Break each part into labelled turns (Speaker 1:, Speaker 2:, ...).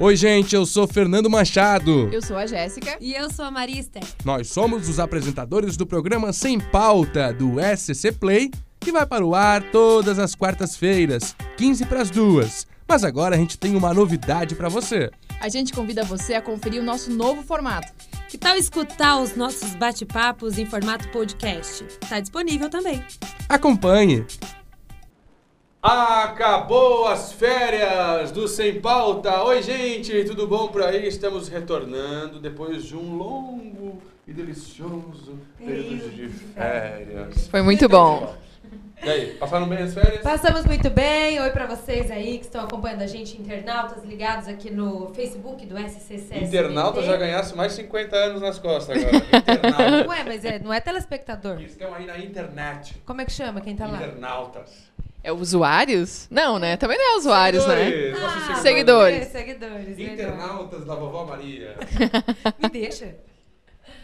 Speaker 1: Oi, gente, eu sou Fernando Machado.
Speaker 2: Eu sou a Jéssica.
Speaker 3: E eu sou a Marista.
Speaker 1: Nós somos os apresentadores do programa Sem Pauta do SC Play, que vai para o ar todas as quartas-feiras, 15 para as duas. Mas agora a gente tem uma novidade para você.
Speaker 2: A gente convida você a conferir o nosso novo formato.
Speaker 3: Que tal escutar os nossos bate-papos em formato podcast? Está disponível também.
Speaker 1: Acompanhe. Acabou as férias do Sem Pauta. Oi, gente, tudo bom por aí? Estamos retornando depois de um longo e delicioso período de férias.
Speaker 2: Foi muito bom.
Speaker 1: E aí, passaram bem as férias?
Speaker 3: Passamos muito bem. Oi pra vocês aí que estão acompanhando a gente, internautas ligados aqui no Facebook do SCCS.
Speaker 1: Internauta já ganhasse mais 50 anos nas costas agora. Internauta.
Speaker 3: Ué, mas é, não é telespectador.
Speaker 1: Eles estão um aí na internet.
Speaker 3: Como é que chama quem tá lá?
Speaker 1: Internautas.
Speaker 2: É usuários? Não, né? Também não é usuários, né?
Speaker 1: Seguidores, nossos
Speaker 2: Ah,
Speaker 3: É,
Speaker 2: Seguidores.
Speaker 3: seguidores. verdade.
Speaker 1: Internautas da vovó Maria.
Speaker 3: Me deixa.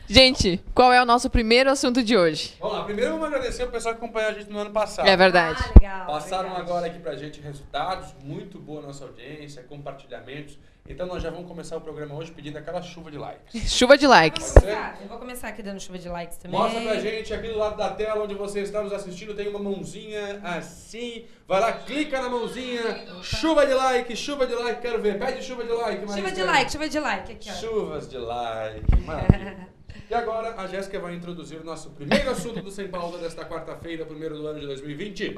Speaker 2: Gente, qual é o nosso primeiro assunto de hoje?
Speaker 1: Vamos lá, primeiro vamos agradecer o pessoal que acompanhou a gente no ano passado.
Speaker 2: É verdade.
Speaker 3: Ah, legal.
Speaker 1: Passaram
Speaker 3: verdade.
Speaker 1: agora aqui pra gente resultados, muito boa nossa audiência, compartilhamentos. Então nós já vamos começar o programa hoje pedindo aquela chuva de likes.
Speaker 2: Chuva de
Speaker 3: Vamos
Speaker 2: likes.
Speaker 3: começar. Eu vou começar aqui dando chuva de likes também.
Speaker 1: Mostra pra gente aqui do lado da tela onde você está nos assistindo, tem uma mãozinha assim. Vai lá, clica na mãozinha. Chuva de like, chuva de like, quero ver. Pede chuva de like, Marisa.
Speaker 3: tá. Chuva de like, chuva de like aqui, ó.
Speaker 1: Chuvas de like, maravilha. E agora a Jéssica vai introduzir o nosso primeiro assunto do Sem Pauta desta quarta-feira, primeiro do ano de 2020.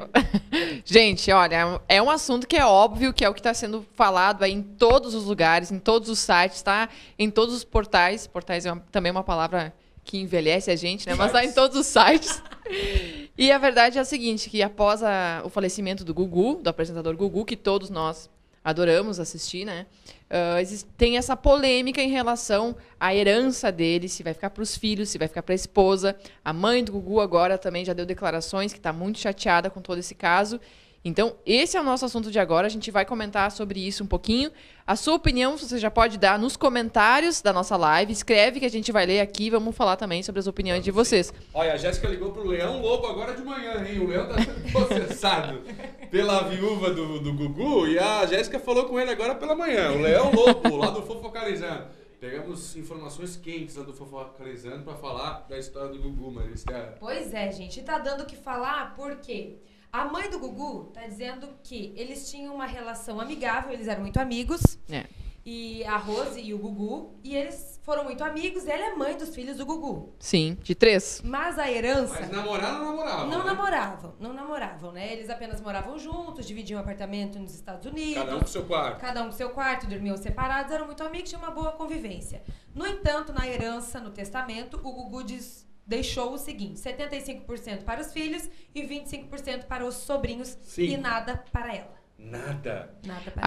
Speaker 2: Gente, olha, é um assunto que é óbvio que é o que está sendo falado aí em todos os lugares, em todos os sites, tá? Em todos os portais. Portais é uma- também uma palavra que envelhece a gente, né? Mas tá em todos os sites. E a verdade é a seguinte, que após a- o falecimento do Gugu, do apresentador Gugu, que todos nós adoramos assistir, né? Ah, exis- tem essa polêmica em relação à herança dele, se vai ficar para os filhos, se vai ficar para a esposa. A mãe do Gugu agora também já deu declarações que está muito chateada com todo esse caso. Então, esse é o nosso assunto de agora. A gente vai comentar sobre isso um pouquinho. A sua opinião você já pode dar nos comentários da nossa live. Escreve que a gente vai ler aqui. Vamos falar também sobre as opiniões de vocês.
Speaker 1: Olha, a Jéssica ligou pro Leão Lobo agora de manhã, hein? O Leão tá sendo processado pela viúva do, do Gugu e a Jéssica falou com ele agora pela manhã. O Leão Lobo, lá do Fofocalizando. Pegamos informações quentes lá do Fofocalizando pra falar da história do Gugu, mas isso é...
Speaker 3: Pois é, gente. E tá dando o que falar porque a mãe do Gugu tá dizendo que eles tinham uma relação amigável, eles eram muito amigos.
Speaker 2: É.
Speaker 3: E a Rose e o Gugu. E eles foram muito amigos. Ela é mãe dos filhos do Gugu.
Speaker 2: Sim, de três.
Speaker 3: Mas a herança.
Speaker 1: Mas namorar não namorava.
Speaker 3: Não
Speaker 1: né?
Speaker 3: namoravam, não namoravam, né? Eles apenas moravam juntos, dividiam apartamento nos Estados Unidos.
Speaker 1: Cada um com seu quarto.
Speaker 3: Cada um com seu quarto, dormiam separados, eram muito amigos, tinham uma boa convivência. No entanto, na herança, no testamento, o Gugu diz- deixou o seguinte: 75% para os filhos e 25% para os sobrinhos
Speaker 1: Sim.
Speaker 3: e nada para ela.
Speaker 1: Nada.
Speaker 3: Nada para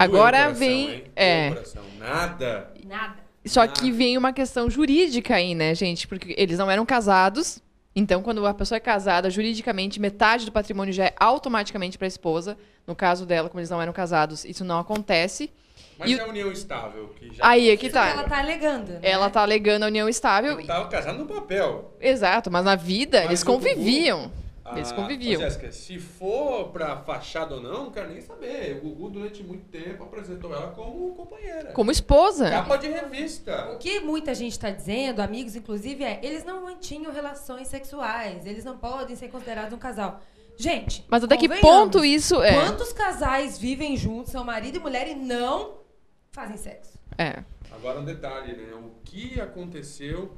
Speaker 1: Doeu
Speaker 2: Agora-
Speaker 1: o coração,
Speaker 2: vem-
Speaker 1: hein? Doeu
Speaker 2: é.
Speaker 1: o coração. Nada.
Speaker 3: ela. Nada.
Speaker 2: Só
Speaker 1: Ah.
Speaker 2: que vem uma questão jurídica aí, né, gente? Porque eles não eram casados. Então, quando a pessoa é casada, juridicamente, metade do patrimônio já é automaticamente para a esposa. No caso dela, como eles não eram casados, isso não acontece.
Speaker 1: Mas
Speaker 2: E
Speaker 1: é a união estável que já.
Speaker 2: Aí é que
Speaker 3: Isso
Speaker 2: tá.
Speaker 3: que ela tá alegando. Né?
Speaker 2: Ela tá alegando a união estável.
Speaker 1: Eu tava casado no papel.
Speaker 2: Exato, mas na vida
Speaker 1: Mas
Speaker 2: eles
Speaker 1: o Gugu-
Speaker 2: conviviam. Eles
Speaker 1: Ah,
Speaker 2: conviviam.
Speaker 1: ô, Jéssica, se for pra fachada ou não, não quero nem saber. O Gugu, durante muito tempo, apresentou ela como companheira.
Speaker 2: Como esposa.
Speaker 1: Capa de revista.
Speaker 3: O que muita gente está dizendo, amigos inclusive, é eles não mantinham relações sexuais, eles não podem ser considerados um casal. Gente,
Speaker 2: Mas até que
Speaker 3: convenhamos,
Speaker 2: ponto isso é?
Speaker 3: Quantos casais vivem juntos, são marido e mulher e não fazem sexo?
Speaker 2: É.
Speaker 1: Agora um detalhe, né? O que aconteceu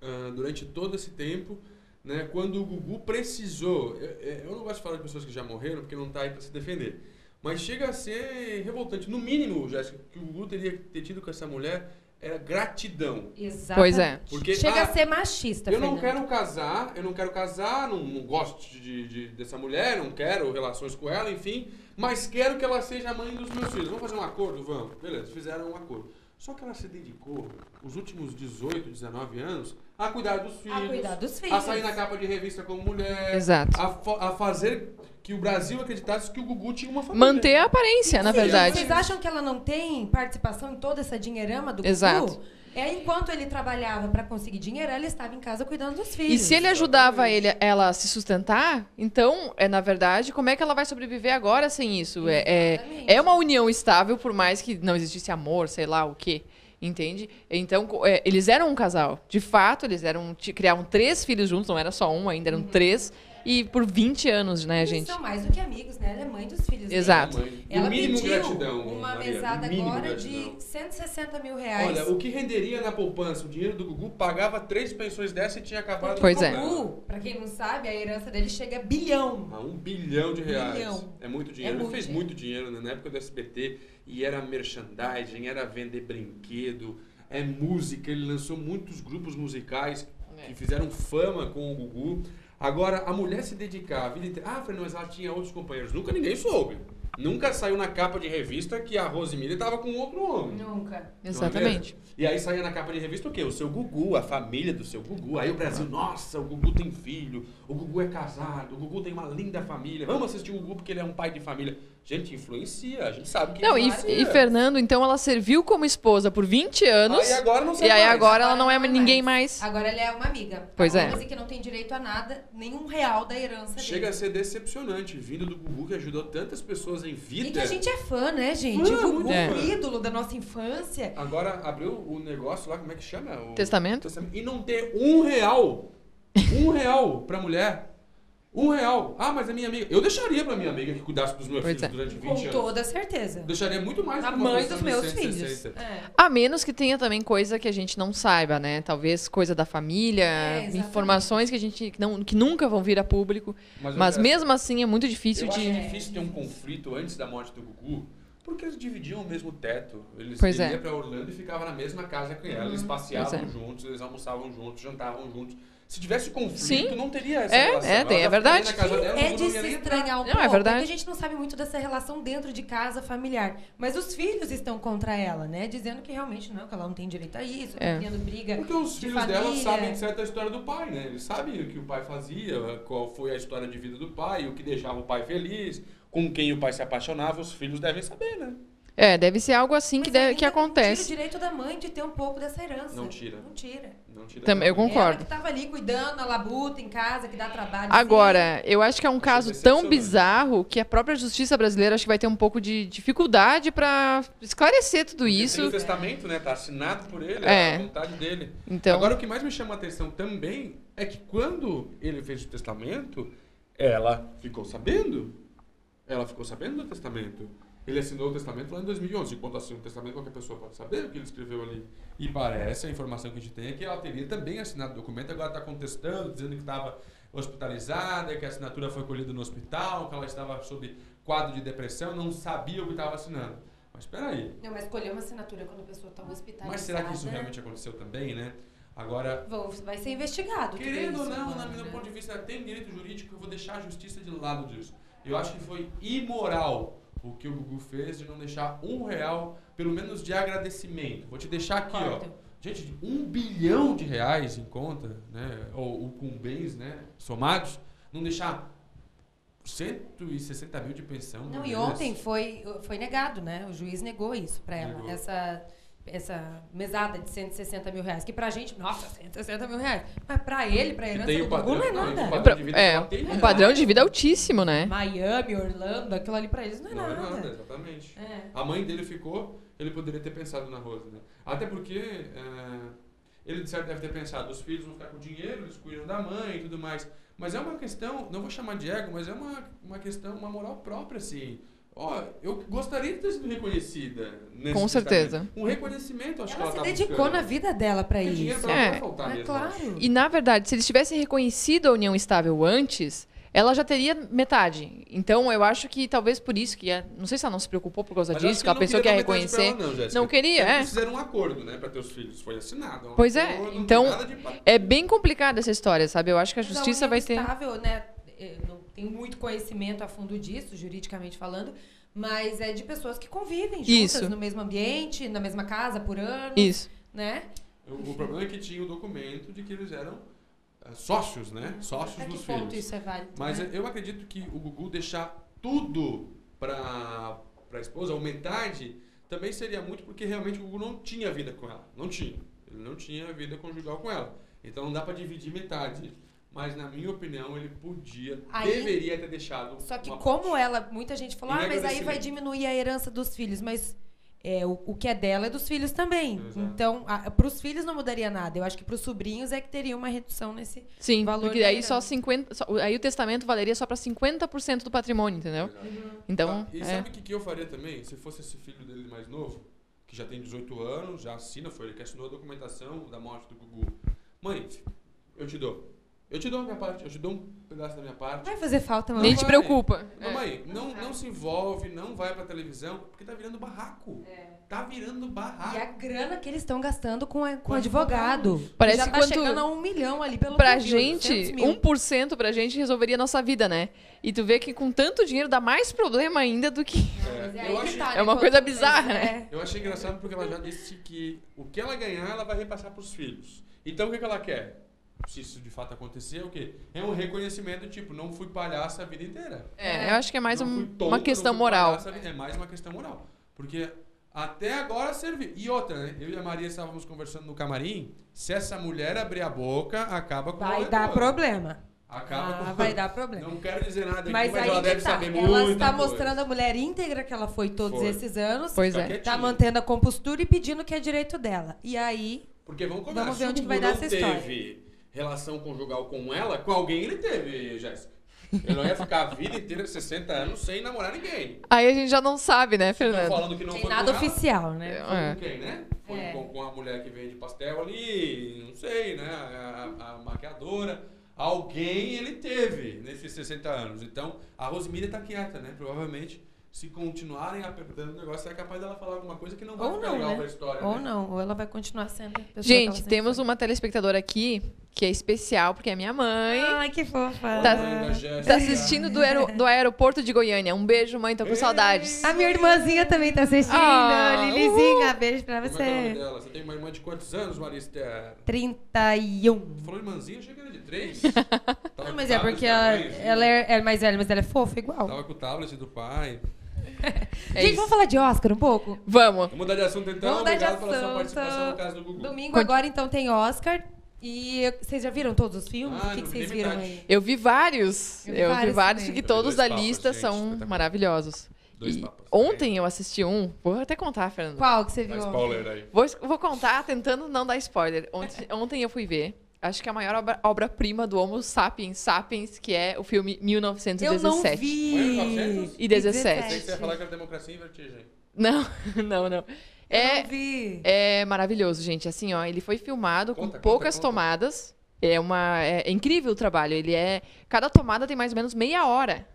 Speaker 1: ah, durante todo esse tempo, né? Quando o Gugu precisou... Eu, eu não gosto de falar de pessoas que já morreram, porque não tá aí pra se defender. Mas chega a ser revoltante. No mínimo, Jéssica, o que o Gugu teria que ter tido com essa mulher era gratidão.
Speaker 3: Exatamente.
Speaker 2: Pois é.
Speaker 1: Porque,
Speaker 3: Chega
Speaker 1: ah,
Speaker 3: a ser machista,
Speaker 1: Eu não
Speaker 3: Fernando.
Speaker 1: quero casar, eu não quero casar, não, não gosto de, de- dessa mulher, não quero relações com ela, enfim, mas quero que ela seja a mãe dos meus filhos. Vamos fazer um acordo? Vamos. Beleza, fizeram um acordo. Só que ela se dedicou, os últimos 18, 19 anos, a cuidar dos filhos,
Speaker 3: cuidar dos
Speaker 1: a
Speaker 3: Ah, filhos.
Speaker 1: sair na capa de revista como mulher,
Speaker 2: Exato.
Speaker 1: a, fa- a fazer que o Brasil acreditasse que o Gugu tinha uma família.
Speaker 2: Manter a aparência, na
Speaker 3: Sim,
Speaker 2: É verdade.
Speaker 3: Vocês acham que ela não tem participação em toda essa dinheirama do
Speaker 2: Exato.
Speaker 3: Gugu? É enquanto ele trabalhava para conseguir dinheiro, ela estava em casa cuidando dos filhos.
Speaker 2: E se ele ajudava ele, ela a se sustentar, então, é na verdade, como é que ela vai sobreviver agora sem isso? É, é,
Speaker 3: Exatamente.
Speaker 2: é uma união estável, por mais que não existisse amor, sei lá o quê. Entende? Então, co- é, eles eram um casal. De fato, eles eram ti- criavam três filhos juntos, não era só um ainda, eram três. E por 20 anos, né,
Speaker 3: Uhum. Eles
Speaker 2: gente?
Speaker 3: são mais do que amigos, né? Ela é mãe dos filhos. dele.
Speaker 2: Exato.
Speaker 1: Mãe, no
Speaker 3: Ela
Speaker 1: mínimo
Speaker 3: pediu
Speaker 1: gratidão.
Speaker 3: uma
Speaker 1: Maria, no
Speaker 3: mesada
Speaker 1: mínimo
Speaker 3: agora
Speaker 1: gratidão.
Speaker 3: de 160 mil reais.
Speaker 1: Olha, o que renderia na poupança o dinheiro do Gugu pagava três pensões dessa e tinha acabado
Speaker 2: Pois
Speaker 1: com
Speaker 2: é.
Speaker 3: Gugu, pra quem não sabe, a herança dele chega a bilhão.
Speaker 1: A um bilhão de reais.
Speaker 3: Bilhão.
Speaker 1: É muito dinheiro.
Speaker 3: É
Speaker 1: Ele
Speaker 3: muito
Speaker 1: fez
Speaker 3: dinheiro.
Speaker 1: muito dinheiro né? na época do SBT. E era merchandising, era vender brinquedo, é música. Ele lançou muitos grupos musicais que
Speaker 2: É.
Speaker 1: fizeram fama com o Gugu. Agora, a mulher se dedicar a vida inteira. Ah, Fernando, mas ela tinha outros companheiros. Nunca ninguém soube. Nunca saiu na capa de revista que a Rosemary estava com outro homem.
Speaker 3: Nunca.
Speaker 1: Não é
Speaker 2: Exatamente.
Speaker 1: mesmo? e aí saía na capa de revista o quê? O seu Gugu, a família do seu Gugu. Aí o Brasil, nossa, o Gugu tem filho, o Gugu é casado, o Gugu tem uma linda família. Vamos assistir o Gugu porque ele é um pai de família. Gente, influencia, a gente sabe é que
Speaker 2: Não, e,
Speaker 1: influencia.
Speaker 2: e Fernando, então, ela serviu como esposa por 20 anos.
Speaker 1: Aí agora não sei
Speaker 2: e aí
Speaker 1: mais.
Speaker 2: agora ela não é ninguém mais.
Speaker 3: Agora ela é uma amiga.
Speaker 2: Pois
Speaker 3: uma
Speaker 2: é.
Speaker 3: coisa que não tem direito a nada, nenhum real da herança
Speaker 1: Chega a
Speaker 3: dele.
Speaker 1: ser decepcionante, vindo do Gugu que ajudou tantas pessoas em vida.
Speaker 3: E que a gente é fã, né, gente?
Speaker 1: Fã,
Speaker 3: o Gugu,
Speaker 2: muito
Speaker 1: fã. Ah,
Speaker 3: ídolo da nossa infância.
Speaker 1: Agora abriu o negócio lá, como é que chama? O...
Speaker 2: Testamento?
Speaker 1: E não ter um real. Um real pra mulher. Um real. Ah, mas a minha amiga. Eu deixaria pra minha amiga que cuidasse dos meus
Speaker 2: Pois
Speaker 1: filhos
Speaker 2: é.
Speaker 1: durante 20
Speaker 3: Com
Speaker 1: anos.
Speaker 3: toda certeza.
Speaker 1: Deixaria muito mais
Speaker 3: A
Speaker 1: pra uma
Speaker 3: mãe
Speaker 1: pessoa
Speaker 3: dos
Speaker 1: de
Speaker 3: meus
Speaker 1: 160.
Speaker 3: filhos. É.
Speaker 2: A menos que tenha também coisa que a gente não saiba, né? Talvez coisa da família,
Speaker 3: É, exatamente.
Speaker 2: informações que a gente que não, que nunca vão vir a público.
Speaker 1: Mas,
Speaker 2: Mas
Speaker 1: eu-
Speaker 2: mesmo assim é muito
Speaker 1: eu
Speaker 2: difícil
Speaker 1: acho
Speaker 2: de.
Speaker 1: difícil ter um conflito antes da morte do Gugu. Porque eles dividiam o mesmo teto. Eles
Speaker 2: Pois
Speaker 1: ele
Speaker 2: é.
Speaker 1: ia pra Orlando e ficava na mesma casa que ela.
Speaker 3: Hum,
Speaker 1: Eles passeavam
Speaker 2: Pois é.
Speaker 1: juntos, eles almoçavam juntos, jantavam juntos. Se tivesse conflito,
Speaker 2: Sim.
Speaker 1: não teria essa
Speaker 2: É,
Speaker 1: relação.
Speaker 2: é,
Speaker 1: Ela
Speaker 2: tem, é
Speaker 1: já ficaria
Speaker 2: verdade.
Speaker 1: na casa dela, o
Speaker 3: É
Speaker 1: Gugu não
Speaker 3: de
Speaker 1: ia
Speaker 3: se
Speaker 1: nem entrar.
Speaker 3: estranhar um
Speaker 2: Não, é
Speaker 3: pouco,
Speaker 2: verdade.
Speaker 3: porque a gente não sabe muito dessa relação dentro de casa familiar. Mas os filhos estão contra ela, né? Dizendo que realmente não, que ela não tem direito a isso,
Speaker 2: É.
Speaker 3: tá tendo briga.
Speaker 1: Porque os
Speaker 3: de
Speaker 1: filhos
Speaker 3: família.
Speaker 1: dela sabem certa história do pai, né? Eles sabem o que o pai fazia, qual foi a história de vida do pai, o que deixava o pai feliz, com quem o pai se apaixonava, os filhos devem saber, né?
Speaker 2: É, deve ser algo assim que,
Speaker 3: Mas
Speaker 2: deve-
Speaker 3: ainda
Speaker 2: que
Speaker 3: não
Speaker 2: acontece.
Speaker 3: Tira o direito da mãe de ter um pouco dessa herança.
Speaker 1: Não tira.
Speaker 3: Não tira.
Speaker 1: Não tira
Speaker 2: Também- eu
Speaker 1: tempo.
Speaker 2: Concordo.
Speaker 3: Ela que tava ali cuidando, a labuta em casa, que dá
Speaker 2: né?
Speaker 3: trabalho.
Speaker 2: Agora, eu acho que é um caso tão
Speaker 1: decepcionante.
Speaker 2: bizarro que a própria justiça brasileira acho que vai ter um pouco de dificuldade pra esclarecer tudo
Speaker 1: Porque tem o
Speaker 2: isso.
Speaker 1: testamento, né? Tá assinado por ele,
Speaker 2: É.
Speaker 1: é a vontade dele.
Speaker 2: Então,
Speaker 1: Agora, o que mais me chama a atenção também é que quando ele fez o testamento, ela ficou sabendo. Ela ficou sabendo do testamento. Ele assinou o testamento lá em 2011. E quando assina o testamento, qualquer pessoa pode saber o que ele escreveu ali. E parece, a informação que a gente tem é que ela teria também assinado o documento, agora está contestando, dizendo que estava hospitalizada, que a assinatura foi colhida no hospital, que ela estava sob quadro de depressão, não sabia o que estava assinando. Mas espera aí,
Speaker 3: Não, mas escolher uma assinatura quando a pessoa tá hospitalizada.
Speaker 1: mas será que isso realmente aconteceu também, né? Agora,
Speaker 3: Vão, vai ser investigado. tudo
Speaker 1: Querendo ou
Speaker 3: isso
Speaker 1: não,
Speaker 3: agora,
Speaker 1: na meu
Speaker 3: né?
Speaker 1: ponto de vista, tem direito jurídico, eu vou deixar a justiça de lado disso. Eu acho que foi imoral o que o Gugu fez de não deixar um real, pelo menos de agradecimento. Vou te deixar aqui, ó.
Speaker 3: Concordo.
Speaker 1: Gente, um bilhão de reais em conta, né? Ou, ou com bens, né? Somados, não deixar 160 mil de pensão.
Speaker 3: Não,
Speaker 1: por
Speaker 3: e
Speaker 1: mês.
Speaker 3: ontem foi, foi negado, né? O juiz negou isso pra ela.
Speaker 1: Negou.
Speaker 3: Essa, essa mesada de 160 mil reais. Que pra gente, nossa, 160 mil reais. Mas pra ele, pra herança
Speaker 1: tem
Speaker 3: do
Speaker 1: o
Speaker 3: Gugu, não é
Speaker 1: padrão, não, e o
Speaker 3: nada.
Speaker 1: padrão de vida
Speaker 2: é,
Speaker 1: que ela tem,
Speaker 2: um
Speaker 1: né?
Speaker 2: padrão de vida altíssimo, né?
Speaker 3: Miami, Orlando, aquilo ali pra eles não é
Speaker 1: Não é
Speaker 3: nada.
Speaker 1: nada, exatamente.
Speaker 3: É.
Speaker 1: A mãe dele ficou, ele poderia ter pensado na Rose, né? Até porque eh, ele de certo deve ter pensado, os filhos vão ficar com dinheiro, eles cuidam da mãe e tudo mais. Mas é uma questão, não vou chamar de ego, mas é uma, uma questão, uma moral própria, assim. Ó, eu gostaria de ter sido reconhecida. Nesse
Speaker 2: Com
Speaker 1: testamento.
Speaker 2: certeza.
Speaker 1: Um reconhecimento, acho
Speaker 3: Ela,
Speaker 1: que
Speaker 3: se
Speaker 1: ela tá
Speaker 3: dedicou
Speaker 1: buscando.
Speaker 3: na vida dela pra
Speaker 1: Porque dinheiro
Speaker 3: isso.
Speaker 1: pra ela não
Speaker 2: É.
Speaker 1: vai faltar
Speaker 3: É
Speaker 1: mesmo.
Speaker 3: claro.
Speaker 2: E na verdade, se eles tivessem reconhecido a união estável antes, ela já teria metade. Então, eu acho que talvez por isso que, a- não sei se ela não se preocupou por causa
Speaker 1: Mas acho
Speaker 2: disso, que ela
Speaker 1: não
Speaker 2: pensou que ia
Speaker 1: queria dar metade pra
Speaker 2: reconhecer.
Speaker 1: ela, não, Jéssica.
Speaker 2: Não queria,
Speaker 1: Eles
Speaker 2: é.
Speaker 1: fizeram um acordo, né, para teus filhos. Foi assinado. um
Speaker 2: Pois é,
Speaker 1: acordo, não tem
Speaker 2: então,
Speaker 1: nada de pa-
Speaker 2: É bem complicada essa história, sabe? Eu acho que a
Speaker 3: Mas
Speaker 2: justiça
Speaker 3: união
Speaker 2: vai ter.
Speaker 3: estável, né? Eu não tenho muito conhecimento a fundo disso, juridicamente falando, mas é de pessoas que convivem juntas
Speaker 2: Isso.
Speaker 3: no mesmo ambiente, na mesma casa por ano,
Speaker 2: Isso.
Speaker 3: né?
Speaker 1: O, o problema é que tinha o documento de que eles eram ah, sócios, né? Sócios
Speaker 3: Até que
Speaker 1: dos
Speaker 3: ponto
Speaker 1: filhos.
Speaker 3: isso é válido?
Speaker 1: Mas
Speaker 3: né?
Speaker 1: eu acredito que o Gugu deixar tudo para a esposa, ou metade, também seria muito porque realmente o Gugu não tinha vida com ela. Não tinha. Ele não tinha vida conjugal com ela. Então não dá para dividir metade. Mas na minha opinião, ele podia,
Speaker 3: Aí-
Speaker 1: deveria ter deixado.
Speaker 3: Só que
Speaker 1: uma
Speaker 3: como
Speaker 1: parte.
Speaker 3: ela, muita gente falou,
Speaker 1: Em
Speaker 3: ah, mas aí vai
Speaker 1: agradecimento.
Speaker 3: diminuir a herança dos filhos, mas é, o, o que é dela é dos filhos também.
Speaker 1: Exato.
Speaker 3: Então, para os filhos não mudaria nada. Eu acho que para os sobrinhos é que teria uma redução nesse.
Speaker 2: Sim,
Speaker 3: valor
Speaker 2: porque
Speaker 3: da
Speaker 2: daí só
Speaker 3: herança.
Speaker 2: 50, só- aí o testamento valeria só para 50% do patrimônio, entendeu?
Speaker 1: Exato.
Speaker 2: Então,
Speaker 1: Tá, E
Speaker 2: é.
Speaker 1: sabe o que, que eu faria também? Se fosse esse filho dele mais novo, que já tem 18 anos, já assina, foi ele que assinou a documentação da morte do Gugu. Mãe, eu te dou. Eu te dou a minha parte, eu te dou um pedaço da minha parte.
Speaker 3: Vai fazer falta,
Speaker 1: Não
Speaker 3: mamãe.
Speaker 2: nem te
Speaker 1: vai.
Speaker 2: preocupa.
Speaker 1: Mas, mãe, não, não se envolve, não vai pra televisão, porque tá virando barraco.
Speaker 3: É.
Speaker 1: Tá virando barraco.
Speaker 3: E a grana que eles estão gastando com, a- com
Speaker 1: Com
Speaker 3: advogado.
Speaker 1: advogados.
Speaker 2: Parece
Speaker 3: já
Speaker 2: que
Speaker 3: tá
Speaker 2: quanto-
Speaker 3: chegando a um milhão ali pelo
Speaker 2: Pra
Speaker 3: Gugu,
Speaker 2: gente,
Speaker 3: 800 mil.
Speaker 2: 1% pra gente resolveria a nossa vida, né? E tu vê que com tanto dinheiro dá mais problema ainda do que.
Speaker 1: É,
Speaker 3: Mas aí
Speaker 1: eu,
Speaker 3: que
Speaker 1: achei,
Speaker 3: tá, né,
Speaker 2: É uma
Speaker 3: quando
Speaker 2: coisa
Speaker 3: vocês-
Speaker 2: bizarra, né?
Speaker 3: é.
Speaker 1: eu achei engraçado porque ela já disse que o que ela ganhar, ela vai repassar pros filhos. Então o que, que ela quer? Se isso de fato acontecer, é o quê? É um reconhecimento, tipo, não fui palhaça a vida inteira.
Speaker 2: É, eu acho que é mais
Speaker 1: Não
Speaker 2: um-
Speaker 1: fui tonto,
Speaker 2: uma
Speaker 1: não
Speaker 2: questão
Speaker 1: fui
Speaker 2: moral.
Speaker 1: palhaço, é mais uma questão moral. Porque até agora serviu. E outra, né? Eu e a Maria estávamos conversando no camarim. Se essa mulher abrir a boca, acaba com o
Speaker 3: Vai
Speaker 1: roletor.
Speaker 3: dar problema.
Speaker 1: Acaba
Speaker 3: Ah,
Speaker 1: com o
Speaker 3: vai dar problema.
Speaker 1: Não quero dizer nada aqui, mas
Speaker 3: Mas aí
Speaker 1: ela
Speaker 3: que
Speaker 1: deve
Speaker 3: tá.
Speaker 1: saber muito.
Speaker 3: ela está mostrando a mulher íntegra que ela foi todos
Speaker 1: Foi.
Speaker 3: esses anos.
Speaker 2: Pois
Speaker 1: Fica
Speaker 2: é.
Speaker 1: quietinho.
Speaker 3: Tá mantendo a compostura e pedindo o que é direito dela. E aí,
Speaker 1: Porque vamos começar.
Speaker 3: Vamos ver
Speaker 1: Se o
Speaker 3: onde que
Speaker 1: Gugu
Speaker 3: vai dar
Speaker 1: não
Speaker 3: essa história.
Speaker 1: teve relação conjugal com ela, com alguém ele teve, Jéssica. Ele não ia ficar a vida inteira, 60 anos, sem namorar ninguém.
Speaker 2: Aí a gente já não sabe, né,
Speaker 1: Estão
Speaker 2: Fernando?
Speaker 1: falando que não
Speaker 3: tem
Speaker 1: foi
Speaker 3: nada
Speaker 1: com ela.
Speaker 3: oficial, né?
Speaker 1: Foi
Speaker 2: É.
Speaker 1: com quem, né? Foi
Speaker 3: É.
Speaker 1: com, com a mulher que vende pastel ali, não sei, né? A, a- a maquiadora. Alguém ele teve nesses 60 anos. Então, a Rosemília tá quieta, né? Provavelmente, se continuarem apertando o negócio, é capaz dela falar alguma coisa que não vai
Speaker 3: Ou
Speaker 1: ficar
Speaker 3: não,
Speaker 1: legal
Speaker 3: né?
Speaker 1: pra história.
Speaker 3: Ou
Speaker 1: né?
Speaker 3: não, ou ela vai continuar sendo a pessoa que ela
Speaker 2: Gente,
Speaker 3: sempre
Speaker 2: temos
Speaker 3: foi.
Speaker 2: uma telespectadora aqui que é especial, porque é minha mãe.
Speaker 3: Ai, que fofa.
Speaker 2: Tá-
Speaker 1: Mãe da Jéssica.
Speaker 2: Tá assistindo do, aero- do aeroporto de Goiânia. Um beijo, mãe, tô com
Speaker 1: Ei!
Speaker 2: saudades.
Speaker 3: A minha irmãzinha também tá assistindo.
Speaker 2: Ah,
Speaker 3: Lilizinha, beijo pra
Speaker 1: Como é que é o nome
Speaker 3: você.
Speaker 1: dela? Você tem uma irmã de quantos anos, Marista?
Speaker 3: 31.
Speaker 1: Falou irmãzinha, achei que era de 3.
Speaker 3: Não, mas é porque ela, ela é, é mais velha, mas ela é fofa igual.
Speaker 1: assim, né? Tava com o tablet do pai.
Speaker 2: É
Speaker 3: Gente,
Speaker 2: isso.
Speaker 3: vamos falar de Oscar um pouco?
Speaker 2: Vamos.
Speaker 1: Vamos mudar de assunto então.
Speaker 3: Vamos mudar de
Speaker 1: Obrigado pela sua
Speaker 3: assunto.
Speaker 1: participação no caso do Gugu.
Speaker 3: Domingo
Speaker 2: Conti-
Speaker 3: agora, então, tem Oscar. E eu- vocês já viram todos os filmes?
Speaker 1: Ah,
Speaker 3: o
Speaker 1: não
Speaker 3: que, que
Speaker 1: vi
Speaker 3: vocês
Speaker 1: nem
Speaker 3: viram
Speaker 1: metade.
Speaker 3: aí?
Speaker 2: Eu vi vários. Eu
Speaker 3: Eu vi
Speaker 2: vi,
Speaker 3: vários
Speaker 2: vários,
Speaker 3: também.
Speaker 2: que
Speaker 1: Eu vi
Speaker 2: todos
Speaker 1: dois
Speaker 2: da
Speaker 1: papas,
Speaker 2: lista
Speaker 1: gente,
Speaker 2: são
Speaker 1: espetacular.
Speaker 2: maravilhosos.
Speaker 1: Dois
Speaker 2: E
Speaker 1: papas. né?
Speaker 2: ontem eu assisti um, vou até contar, Fernando.
Speaker 3: Qual que você
Speaker 1: Dá
Speaker 3: viu?
Speaker 1: spoiler né? aí.
Speaker 2: Vou, es- vou contar tentando não dar spoiler. Ontem,
Speaker 3: É.
Speaker 2: ontem eu fui ver, acho que a maior obra- obra-prima do Homo sapiens sapiens, que é o filme
Speaker 3: Eu não
Speaker 2: 1917.
Speaker 3: vi.
Speaker 2: E 17.
Speaker 1: Achei que você ia falar que era democracia em vertigem.
Speaker 2: Não, não, não. É,
Speaker 3: Eu não vi.
Speaker 2: É maravilhoso, gente. Assim, ó, ele foi filmado
Speaker 1: Conta,
Speaker 2: com
Speaker 1: conta,
Speaker 2: poucas
Speaker 1: conta.
Speaker 2: tomadas. É uma é, é incrível o trabalho. Ele é cada tomada tem mais ou menos meia hora.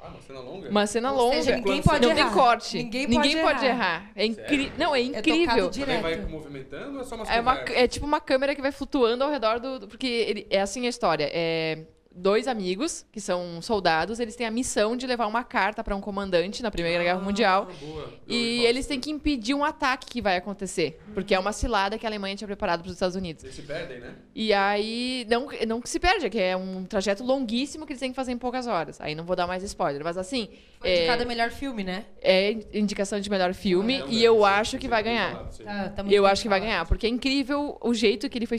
Speaker 1: Ah, uma cena longa?
Speaker 2: Uma cena
Speaker 3: Ou
Speaker 2: longa.
Speaker 3: seja, ninguém pode
Speaker 2: não
Speaker 3: errar.
Speaker 2: tem corte.
Speaker 3: Ninguém
Speaker 2: Ninguém,
Speaker 3: pode
Speaker 2: pode,
Speaker 3: errar.
Speaker 2: errar. É incri...
Speaker 1: Sério?
Speaker 2: Não, é incrível.
Speaker 3: tocado
Speaker 1: Mas aí vai
Speaker 3: direto.
Speaker 1: movimentando ou é só umas
Speaker 2: É uma,
Speaker 1: conversas?
Speaker 2: é tipo uma câmera que vai flutuando ao redor do. do- Porque ele, é assim a história. É, dois amigos, que são soldados, eles têm a missão de levar uma carta para um comandante na Primeira Guerra Mundial.
Speaker 1: Ah, boa. Eu ouvi
Speaker 2: E
Speaker 1: falar
Speaker 2: eles têm
Speaker 1: disso.
Speaker 2: que impedir um ataque que vai acontecer. Porque é uma cilada que a Alemanha tinha preparado para os Estados Unidos.
Speaker 1: Eles se perdem, né?
Speaker 2: E aí, não, não que se perde, é que é um trajeto longuíssimo que eles têm que fazer em poucas horas. Aí não vou dar mais spoiler, mas assim,
Speaker 3: Foi
Speaker 2: é,
Speaker 3: indicado a melhor filme, né?
Speaker 2: é indicação de melhor filme
Speaker 1: Ah, não,
Speaker 2: e
Speaker 1: né?
Speaker 2: eu
Speaker 1: Sim,
Speaker 2: acho
Speaker 1: sim,
Speaker 2: que vai
Speaker 1: tem
Speaker 2: ganhar.
Speaker 1: falado, sim.
Speaker 3: Tá- tá muito
Speaker 2: Eu
Speaker 3: bem
Speaker 2: acho que vai
Speaker 3: falado.
Speaker 2: ganhar, porque é incrível o jeito que ele foi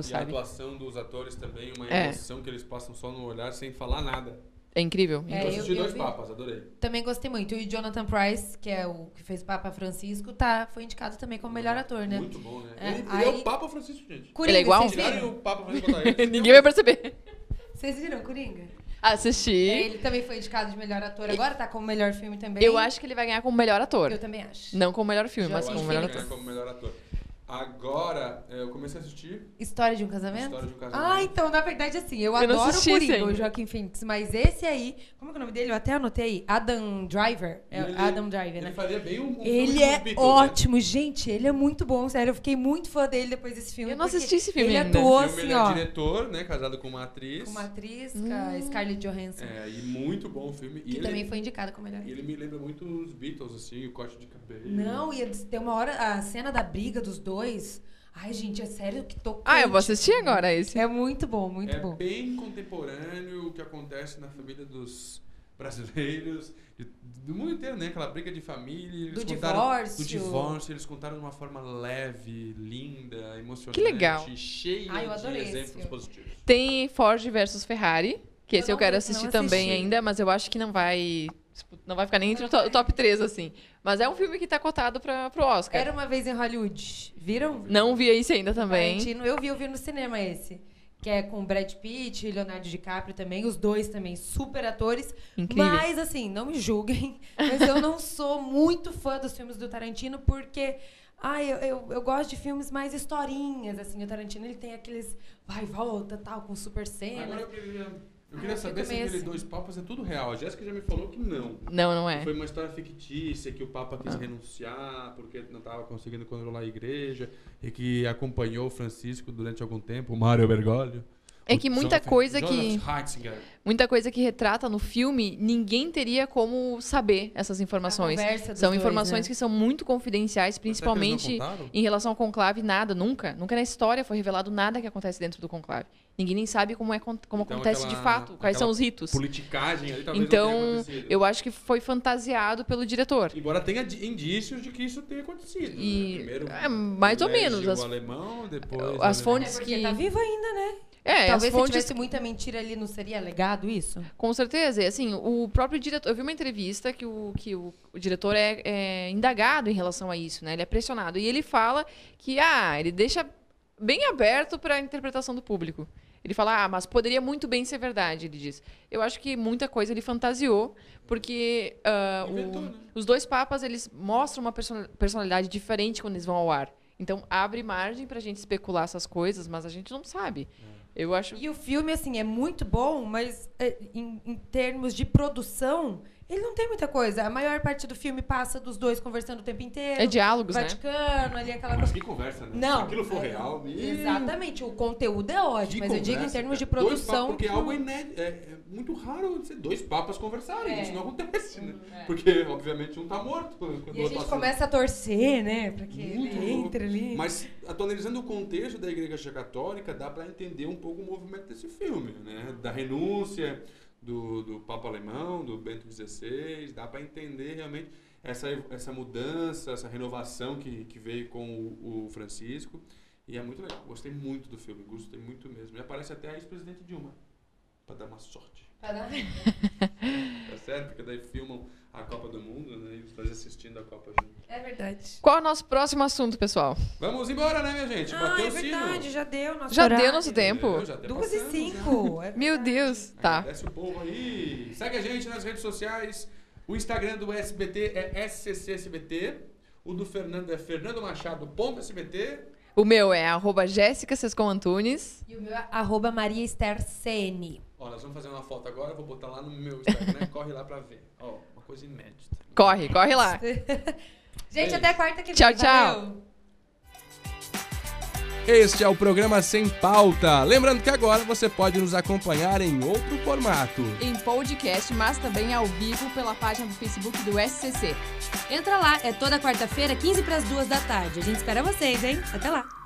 Speaker 1: E a
Speaker 2: sabe?
Speaker 1: atuação dos atores também, uma
Speaker 2: É.
Speaker 1: emoção que eles passam só no olhar sem falar nada.
Speaker 2: É incrível.
Speaker 3: É,
Speaker 1: eu
Speaker 3: eu-
Speaker 1: assisti
Speaker 3: eu
Speaker 1: dois
Speaker 3: vi.
Speaker 1: papas, adorei.
Speaker 3: Também gostei muito. E o Jonathan Price, que é o que fez Papa Francisco, tá, foi indicado também como melhor ator, né?
Speaker 1: Muito bom, né?
Speaker 3: É,
Speaker 1: ele,
Speaker 3: aí-
Speaker 1: ele é o Papa Francisco, gente.
Speaker 3: Coringa,
Speaker 2: Ele é igual?
Speaker 3: Vocês
Speaker 1: Tirarem
Speaker 3: viram?
Speaker 1: o Papa Francisco Otaíde.
Speaker 2: Ninguém vai perceber.
Speaker 3: Vocês viram Coringa? É,
Speaker 2: Assisti.
Speaker 3: ele também foi indicado de melhor ator. Agora tá como melhor filme também.
Speaker 2: Eu acho que ele vai ganhar como melhor
Speaker 3: Eu
Speaker 2: ator.
Speaker 3: também acho.
Speaker 2: Não como melhor filme,
Speaker 3: Eu
Speaker 2: mas
Speaker 3: acho
Speaker 1: Eu
Speaker 2: como
Speaker 1: acho
Speaker 3: que
Speaker 2: melhor
Speaker 1: que
Speaker 3: ele
Speaker 2: ator.
Speaker 1: ganha como melhor ator. Agora, eh, eu comecei a assistir
Speaker 3: História de um
Speaker 1: a
Speaker 3: casamento?
Speaker 1: História de um Casamento.
Speaker 3: Ah, então, na verdade, assim, eu,
Speaker 2: não
Speaker 3: adoro o
Speaker 2: assisti esse
Speaker 3: Coringa, o
Speaker 2: ainda.
Speaker 3: Joaquim Phoenix, mas esse aí, como é que é o nome dele? Eu até anotei, Adam Driver. É,
Speaker 1: Ele-
Speaker 3: Adam Driver,
Speaker 1: Ele
Speaker 3: né?
Speaker 1: faria bem um, um filme
Speaker 3: Ele
Speaker 1: com os
Speaker 3: é
Speaker 1: Beatles, né?
Speaker 3: ótimo, gente, ele é muito bom, sério, eu fiquei muito fã dele depois desse filme.
Speaker 2: Eu não
Speaker 3: porque
Speaker 2: assisti esse filme
Speaker 3: Ele
Speaker 2: ainda.
Speaker 3: atuou
Speaker 1: O filme,
Speaker 3: assim,
Speaker 1: ele é
Speaker 3: ó,
Speaker 1: diretor, né? Casado com uma atriz.
Speaker 3: com uma atriz, com
Speaker 2: Hum.
Speaker 3: a Scarlett Johansson,
Speaker 1: É, e muito bom o filme. E
Speaker 3: que
Speaker 1: ele,
Speaker 3: também foi indicada como melhor.
Speaker 1: e ele me lembra muito os Beatles, assim, o corte de cabelo.
Speaker 3: Não, e eles- tem uma hora, a cena da briga dos dois. Ai, gente, é sério que tô.
Speaker 2: Ah, eu
Speaker 3: quente.
Speaker 2: vou assistir agora esse.
Speaker 3: É muito bom, muito
Speaker 1: é
Speaker 3: bom.
Speaker 1: bem contemporâneo o que acontece na família dos brasileiros, de- do mundo inteiro, né? Aquela briga de família. Eles
Speaker 3: Do
Speaker 1: contaram,
Speaker 3: divórcio.
Speaker 1: Do divórcio. Eles contaram de uma forma leve, linda, emocionante.
Speaker 2: Que legal.
Speaker 1: Cheia
Speaker 3: Ah, eu
Speaker 1: de
Speaker 3: adorei esse
Speaker 1: exemplos
Speaker 3: filme.
Speaker 1: positivos.
Speaker 2: Tem Ford versus Ferrari, que esse
Speaker 3: Eu
Speaker 2: eu,
Speaker 3: não-
Speaker 2: quero
Speaker 3: não
Speaker 2: assistir
Speaker 3: assisti.
Speaker 2: também ainda, mas eu acho que não vai dispu- não vai ficar nem entre o to- o top 3, assim. Mas é um filme que tá cotado pra, pro Oscar.
Speaker 3: Era uma vez em Hollywood. Viram?
Speaker 2: Não vi esse ainda também.
Speaker 3: Tarantino, eu vi, eu vi no cinema esse. Que é com Brad Pitt e Leonardo DiCaprio também. Os dois também, super atores.
Speaker 2: Incríveis.
Speaker 3: Mas, assim, não me julguem. Mas eu não sou muito fã dos filmes do Tarantino, porque... Ai, eu, eu, eu gosto de filmes mais historinhas, assim. O Tarantino, ele tem aqueles vai e volta, tal, com super
Speaker 1: Agora
Speaker 2: É,
Speaker 3: cenas.
Speaker 1: eu queria, eu
Speaker 3: Ah,
Speaker 1: queria
Speaker 3: eu
Speaker 1: saber
Speaker 3: fico
Speaker 1: se
Speaker 3: meio
Speaker 1: aquele
Speaker 3: assim.
Speaker 1: Dois Papas é tudo real. A Jéssica já me falou que não.
Speaker 2: Não, não é. Ah.
Speaker 1: Foi uma história fictícia, que o Papa quis renunciar porque não estava conseguindo controlar a igreja e que acompanhou o Francisco durante algum tempo, o Mário Bergoglio.
Speaker 2: É
Speaker 1: o
Speaker 2: que muita
Speaker 1: Jonathan-
Speaker 2: coisa que
Speaker 1: Jonathan Ratzinger.
Speaker 2: muita coisa que retrata no filme, ninguém teria como saber essas informações.
Speaker 3: A conversa dos
Speaker 2: São
Speaker 3: dois,
Speaker 2: informações
Speaker 3: né?
Speaker 2: que são muito confidenciais, principalmente
Speaker 1: Mas será que eles não contaram?
Speaker 2: em relação ao conclave, nada, nunca. Nunca na história foi revelado nada que acontece dentro do conclave. Ninguém nem sabe como, é, con- como
Speaker 1: Então,
Speaker 2: acontece de
Speaker 1: aquela-
Speaker 2: fato, quais são
Speaker 1: aquela
Speaker 2: os ritos.
Speaker 1: Politicagem ali talvez
Speaker 2: Então,
Speaker 1: não tenha acontecido.
Speaker 2: eu acho que foi fantasiado pelo diretor.
Speaker 1: Embora tenha di- indícios de que isso tenha acontecido. né?
Speaker 2: E-
Speaker 1: Primeiro
Speaker 2: é, mais ou
Speaker 1: elege
Speaker 2: menos,
Speaker 1: O
Speaker 2: as-
Speaker 1: alemão, depois. o
Speaker 2: as
Speaker 1: alemão.
Speaker 2: fontes-
Speaker 3: É porque
Speaker 2: que-
Speaker 3: tá vivo ainda, né?
Speaker 2: É,
Speaker 3: Talvez
Speaker 2: as
Speaker 3: se
Speaker 2: fontes
Speaker 3: tivesse muita mentira ali, não seria legado isso?
Speaker 2: Com certeza. E assim, o próprio diretor. Eu vi uma entrevista que o, que o, o diretor é, é indagado em relação a isso, né? Ele é pressionado. E ele fala que, ah, ele deixa bem aberto para a interpretação do público. Ele fala, ah, mas poderia muito bem ser verdade, ele diz. Eu acho que muita coisa ele fantasiou, porque ah, o-
Speaker 1: Inventou, né?
Speaker 2: os dois papas, eles mostram uma perso- personalidade diferente quando eles vão ao ar. Então, abre margem pra gente especular essas coisas, mas a gente não sabe. Eu acho...
Speaker 3: E o filme, assim, é muito bom, mas é, em, em termos de produção, ele não tem muita coisa. A maior parte do filme passa dos dois conversando o tempo inteiro.
Speaker 2: É diálogos, né?
Speaker 3: Vaticano, ali aquela
Speaker 1: Mas
Speaker 3: coisa.
Speaker 1: que conversa, né? Se
Speaker 3: Não.
Speaker 1: aquilo for real.
Speaker 2: É,
Speaker 1: ih,
Speaker 3: Exatamente. O conteúdo é
Speaker 1: que
Speaker 3: ótimo, mas eu digo em
Speaker 1: conversa,
Speaker 3: termos de
Speaker 1: cara. Dois
Speaker 3: produção.
Speaker 1: papas, porque é algo inédito. É, é muito raro ser dois papas conversarem.
Speaker 3: É.
Speaker 1: Isso não acontece, né?
Speaker 3: é.
Speaker 1: Porque, obviamente, um tá morto. quando o
Speaker 3: E a
Speaker 1: outro
Speaker 3: gente
Speaker 1: assume.
Speaker 3: começa a torcer, né? Pra que
Speaker 1: Muito
Speaker 3: ele
Speaker 1: louco.
Speaker 3: entre ali.
Speaker 1: Mas, atualizando o contexto da Igreja Católica, dá para entender um pouco o movimento desse filme, né? Da renúncia do, do Papa Alemão, do Bento XVI, dá para entender realmente essa, essa mudança, essa renovação que, que veio com o, o Francisco. E é muito legal. Gostei muito do filme, gostei muito mesmo. E aparece até a ex-presidente Dilma, para dar uma sorte.
Speaker 3: Pra dar-
Speaker 1: Tá certo? Porque daí filmam a Copa do Mundo, né? E os dois assistindo a Copa junto.
Speaker 3: É verdade.
Speaker 2: Qual é o nosso próximo assunto, pessoal?
Speaker 1: Vamos embora, né, minha gente?
Speaker 3: Ah,
Speaker 1: Bateu
Speaker 3: é
Speaker 1: o sino.
Speaker 3: verdade, já deu nosso
Speaker 2: Já
Speaker 3: horário.
Speaker 2: deu nosso tempo.
Speaker 1: Eu já tá até
Speaker 3: Duas e
Speaker 1: passamos,
Speaker 3: cinco. É
Speaker 2: Meu
Speaker 3: verdade.
Speaker 2: Deus.
Speaker 1: né?
Speaker 2: Tá.
Speaker 1: Agradece o povo aí. Segue a gente nas redes sociais. O Instagram do SBT é SCCSBT. O do Fernando é Fernando Machado.sbt.
Speaker 2: O meu é arroba Jéssica Sescon Antunes.
Speaker 3: E o meu é arroba Maria Esther Sene.
Speaker 1: Ó, nós vamos fazer uma foto agora. Vou botar lá no meu Instagram. Corre lá pra ver. Ó, uma coisa inédita.
Speaker 2: Corre, corre lá.
Speaker 3: Gente,
Speaker 4: É
Speaker 1: Beijo.
Speaker 3: até quarta que vem.
Speaker 2: Tchau, tchau.
Speaker 3: Valeu.
Speaker 5: Este é o programa Sem Pauta. Lembrando que agora você pode nos acompanhar em outro formato.
Speaker 2: Em podcast, mas também ao vivo pela página do Facebook do SCC.
Speaker 4: Entra lá, é toda quarta-feira, 15 para as 2 da tarde. A gente espera vocês, hein? Até lá!